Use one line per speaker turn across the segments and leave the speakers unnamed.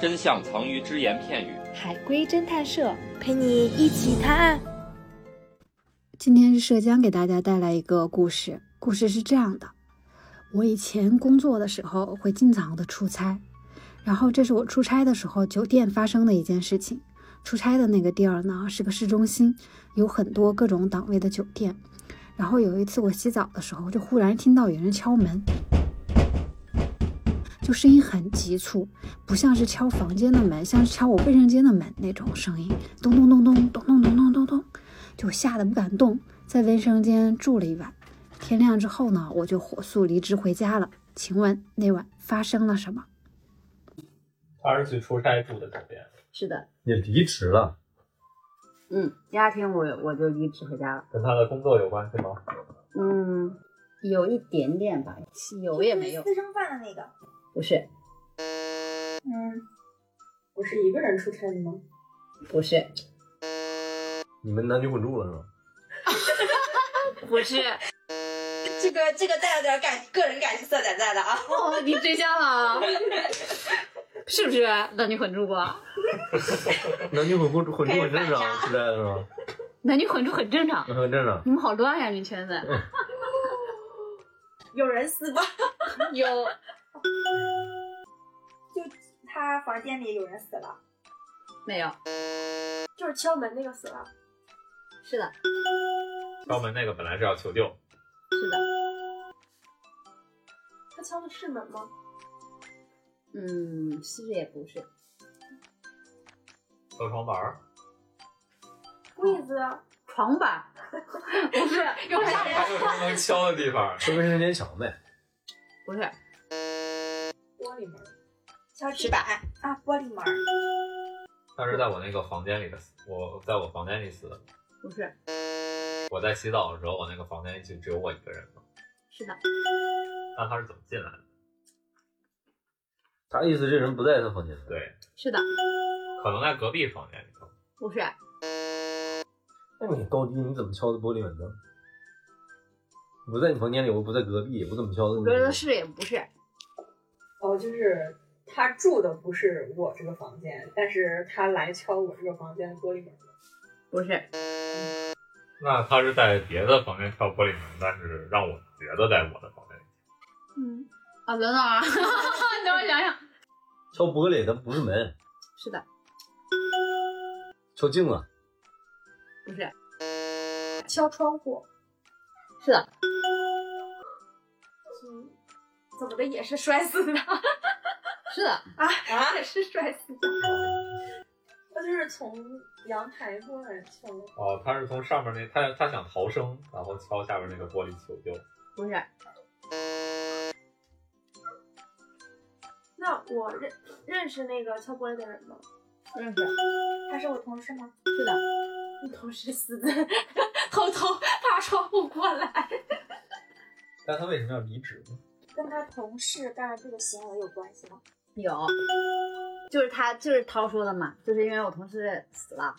真相藏于只言片语。
海龟侦探社陪你一起探案。
今天是浙江给大家带来一个故事，故事是这样的：我以前工作的时候会经常的出差，然后这是我出差的时候酒店发生的一件事情。出差的那个地儿呢是个市中心，有很多各种档位的酒店。然后有一次我洗澡的时候，就忽然听到有人敲门，就声音很急促，不像是敲房间的门，像是敲我卫生间的门那种声音，咚咚咚咚咚咚咚咚咚咚，就吓得不敢动，在卫生间住了一晚。天亮之后呢，我就火速离职回家了。请问那晚发生了什么？
二十岁出差住的酒店，
是的，
你离职了，
嗯，第二天我我就离职回家了。
跟他的工作有关系吗？
嗯，有一点点吧，有也没有，
私生饭的那个，
不是
嗯，我是一个人出差的吗？
不是
你们男女混住了是吧？
不是，
这个这个带有点感个人感情色彩在的啊。
哦，你对象了，是不是？男女混住过？
男女混混混住
开始
很正
反
常，
杀
出差的是啊 吧？
男女混住很正常。
很正常。
你们好乱呀，你圈子
有人撕吧，
有
他房间里有人死了，
没有？
就是敲门那个死了。
是的，
敲门那个本来是要求救，
是的，
他敲的是门吗？
嗯，是也不是，
敲床板 儿，
柜子啊
床板儿 不是，用啥
还有什么能敲的地方？
说卫生间墙呗，
不是，
玻璃门，敲地板啊，玻璃门。
他是在我那个房间里的，我在我房间里死的。
不是，
我在洗澡的时候，我那个房间里就只有我一个人嘛。
是的，
那他是怎么进来的？
他意思这人不在他房间。
对，
是的，
可能在隔壁房间里头。
不是，
那你高低你怎么敲的玻璃门呢？不在你房间里，我不在隔壁，我怎么敲的
我
你？
觉得是也不是，
哦，就是他住的不是我这个房间，但是他来敲我这个房间的玻璃门。
不是，
那他是在别的房间敲玻璃门，但是让我觉得在我的房间里。
嗯，啊， 等等啊，你等我想想，
敲玻璃，它不是门，
是的，
敲镜啊
不
子。
嗯
是，
敲窗户，
是的，
嗯，怎么的也是摔死的 啊
是的，
啊，也是摔死的。他就是从阳台过来敲的，
哦，他是从上面那他他想逃生，然后敲下边那个玻璃求救。
不是，
那我认认识那个敲玻璃的人吗？
认识，
他是我同事吗？
是的，
你 同事死的，偷偷爬窗户过来，
但他为什么要离职呢？
跟他同事干了这个行为有关系吗？
有，就是他，就是涛说的嘛，就是因为我同事死了，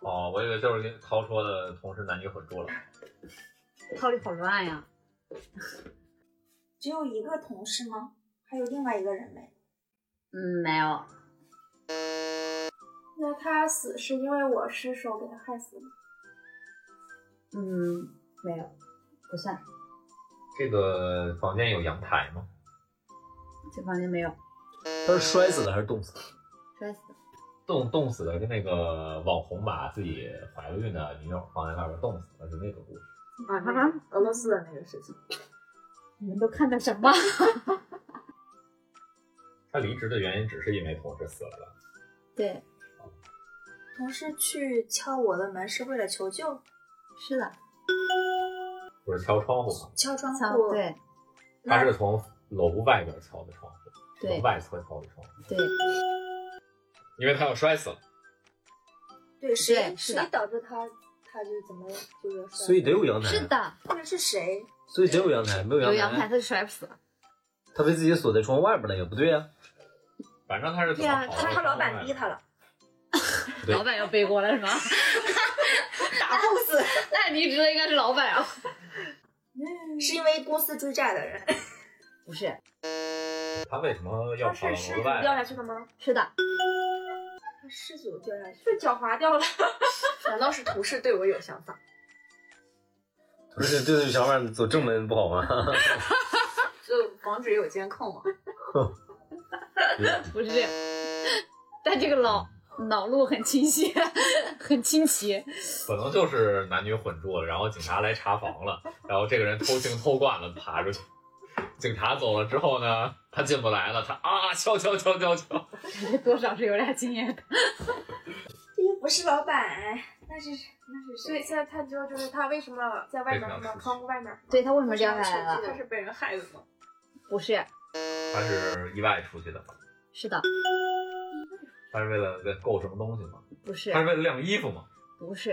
哦，我以为就是跟涛说的同事男女混住了。
涛里好乱呀，
只有一个同事吗？还有另外一个人没？
嗯，没有，
那他死是因为我失手给他害死的吗？
嗯，没有，不算，
这个房间有阳台吗？
这房间没有，
他是摔死的还是冻死的？
摔死的，
冻冻死的，跟那个网红把自己怀了孕的女友放在外边冻死的是那个故事。
啊，那个俄罗斯的那个事情，
你们都看的什么？
他离职的原因只是因为同事死了吧？
对，
同事去敲我的门是为了求救，
是的，
不是敲窗户吗？
敲窗
操
户。，
对
他是从楼外边敲的窗户，
对
楼外侧敲的窗户，
对，
因为他要摔死了。
对，
对，是的，
导致他他就怎么就是摔
所以得有阳台，
是，的，
或者是谁？
所以得有阳台，没
有
有
阳
阳
台他就摔不死了，
他被自己锁在窗户外边了，也不对啊。
反正他是怎么
对啊
跑到
他
窗户
他老
外
板
的
逼他。了，
对
老板要背锅了 是吗？
打 boss
那离职的应该是老板啊，
嗯
是因为公司追债的人。
不是，
他为什么要
他
跑到
是狮
楼
子
外
掉下
呢？
去的吗？
是的，
他狮子掉下去，是脚滑掉了。
难道是同事对我有想法？
不是，就是小马走正门不好吗？
就防止有监控嘛。
不是，但这个脑脑路很清晰， 很清奇。
可能就是男女混住了，然后警察来查房了，然后这个人偷情偷惯了，爬出去。警察走了之后呢，他进不来了，他啊敲敲敲敲敲，
多少是有点经验的。
这又不是老板，哎那是那是
所
所以
以
现在他就就是他为什么在外面
为什么要
嘛，
出去
窗户外面，
对他为什么掉下来
他
了？
他是被人害的吗？
不是，
他是意外出去的吗？
是的，
他是为了为购什么东西吗？
不是
他，是为了晾衣服吗？
不是。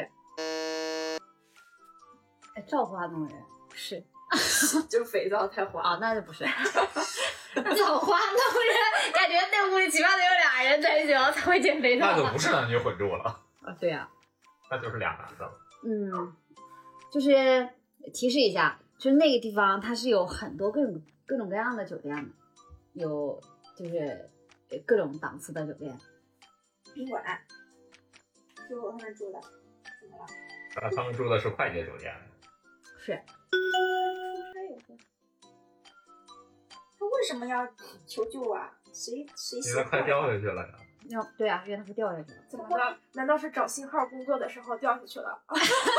哎，赵华东人
是，
就是肥皂太滑
啊，那就不是。
老花弄人，感觉那屋里起码得有俩人才行才会减肥
那
皂
就
吧
不是男女混住了，
啊，对啊，
那就是俩男的了。
嗯，就是提示一下，就是那个地方它是有很多各种各种各样的酒店的，有就是呃各种档次的酒店。
宾馆，就我他们住的，怎么了？
那他们住的是快捷酒店，
是
出差有关。他为什么要求救啊？谁谁
因为
信
快
号？啊
掉下去了呀。
要对啊，因为它会掉下去 了。
怎么了？难道是找信号工作的时候掉下去了？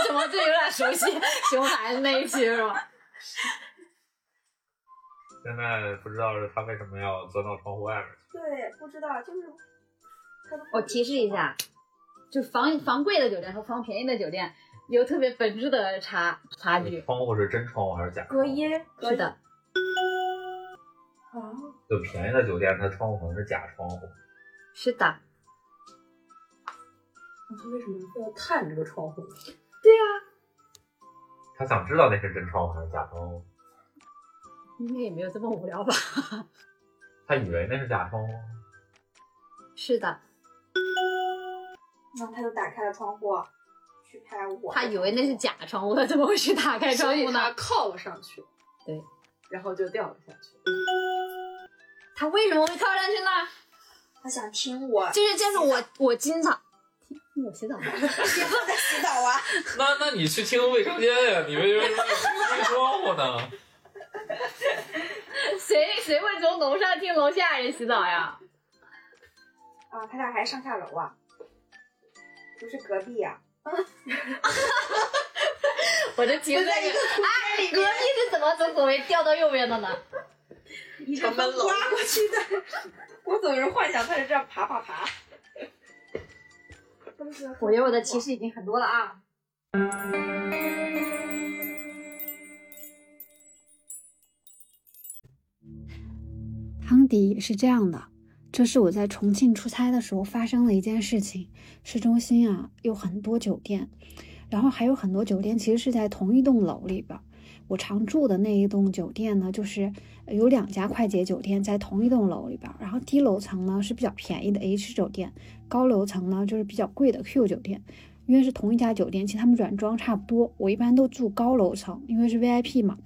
怎么这有点熟悉？熊孩子那一批是吧？
现在不知道是他为什么要钻到窗户外面去。
对，不知道，就是他的
我提示一下，就房房贵的酒店和房便宜的酒店有特别本质的差差距。
窗户是真窗户还是假窗户？
隔音，隔
是
音
的，
啊，
就便宜的酒店，它窗户可能是假窗户。
是的，
他为什么要探这个窗户？
他想知道那是真窗户还是假窗户，
应该也没有这么无聊吧？
他以为那是假窗户。
是的，
然后他就打开了窗户，去拍我。
他以为那是。假窗户，他怎么会去打开窗户
所以他
呢？
靠了上去，
对，
然后就掉了下去。
他为什么会跳上去呢？
他想听 我，
就是就是我我经常
我洗澡吗？
别放 在洗澡啊！
那那你去听卫生间呀、你为什么要听窗户 呢？
谁谁会从楼上听楼下人洗澡呀？
啊，他俩还上下楼啊？不是隔壁啊呀、
我的题
啊？
是
不在一个
哎，你隔壁是怎么从左边掉到右边的呢？
一个门楼刮过去的。
我总是幻想他是这样爬爬爬。
都是
我觉得我的提示已经很多了啊。
汤迪也是这样的。这是我在重庆出差的时候发生的一件事情。市中心啊，有很多酒店，然后还有很多酒店其实是在同一栋楼里边儿。我常住的那一栋酒店呢，就是呃有两家快捷酒店在同一栋楼里边儿，然后低楼层呢是比较便宜的 H 酒店，高楼层呢就是比较贵的 Q 酒店。因为是同一家酒店，其实他们软装差不多。我一般都住高楼层，因为是 VIP 嘛。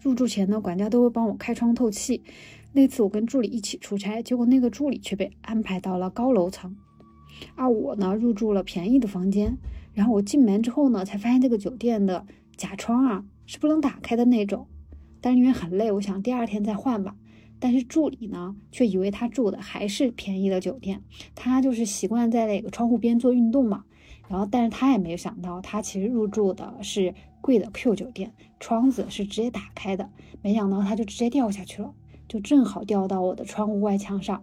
入住前呢，管家都会帮我开窗透气，那次我跟助理一起出差，结果那个助理却被安排到了高楼层，而我呢入住了便宜的房间。然后我进门之后呢，才发现这个酒店的假窗啊是不能打开的那种。但是因为很累，我想第二天再换吧。但是助理呢，却以为他住的还是便宜的酒店，他就是习惯在那个窗户边做运动嘛。然后，但是他也没有想到，他其实入住的是贵的 Q 酒店，窗子是直接打开的，没想到他就直接掉下去了。就正好掉到我的窗户外墙上。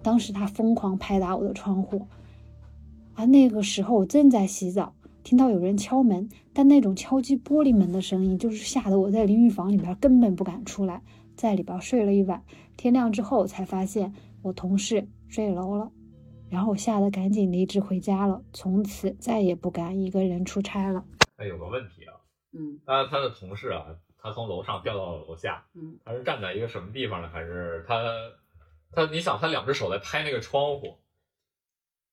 当时他疯狂拍打我的窗户，啊，那个时候我正在洗澡，听到有人敲门，但那种敲击玻璃门的声音，就是吓得我在淋浴房里边根本不敢出来，在里边睡了一晚。天亮之后才发现我同事坠楼了，然后我吓得赶紧离职回家了，从此再也不敢一个人出差了。
那有个问题啊，
嗯
那他的同事啊，他从楼上掉到楼下，
嗯，
他是站在一个什么地方呢？还是他他？你想，他两只手在拍那个窗户，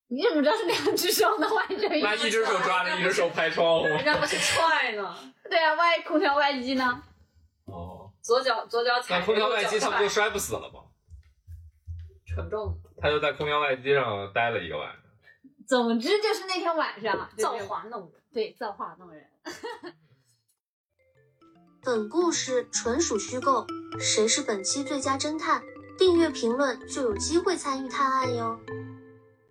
你怎么知道是两只手呢？万一这
那一只手抓着，一只 手拍窗户。
人家不是踹呢，
对啊，万一空调外机呢？
哦，
左脚左脚踩
那
着
空调
右
外
脚
机他
踹
不就摔不死了吗？
纯重。
他就在空调外机上待了一个晚上。
总之就是那天晚上就是
造化弄人。
对造化弄人。
本故事纯属虚构，谁是本期最佳侦探？订阅评论就有机会参与探案哟。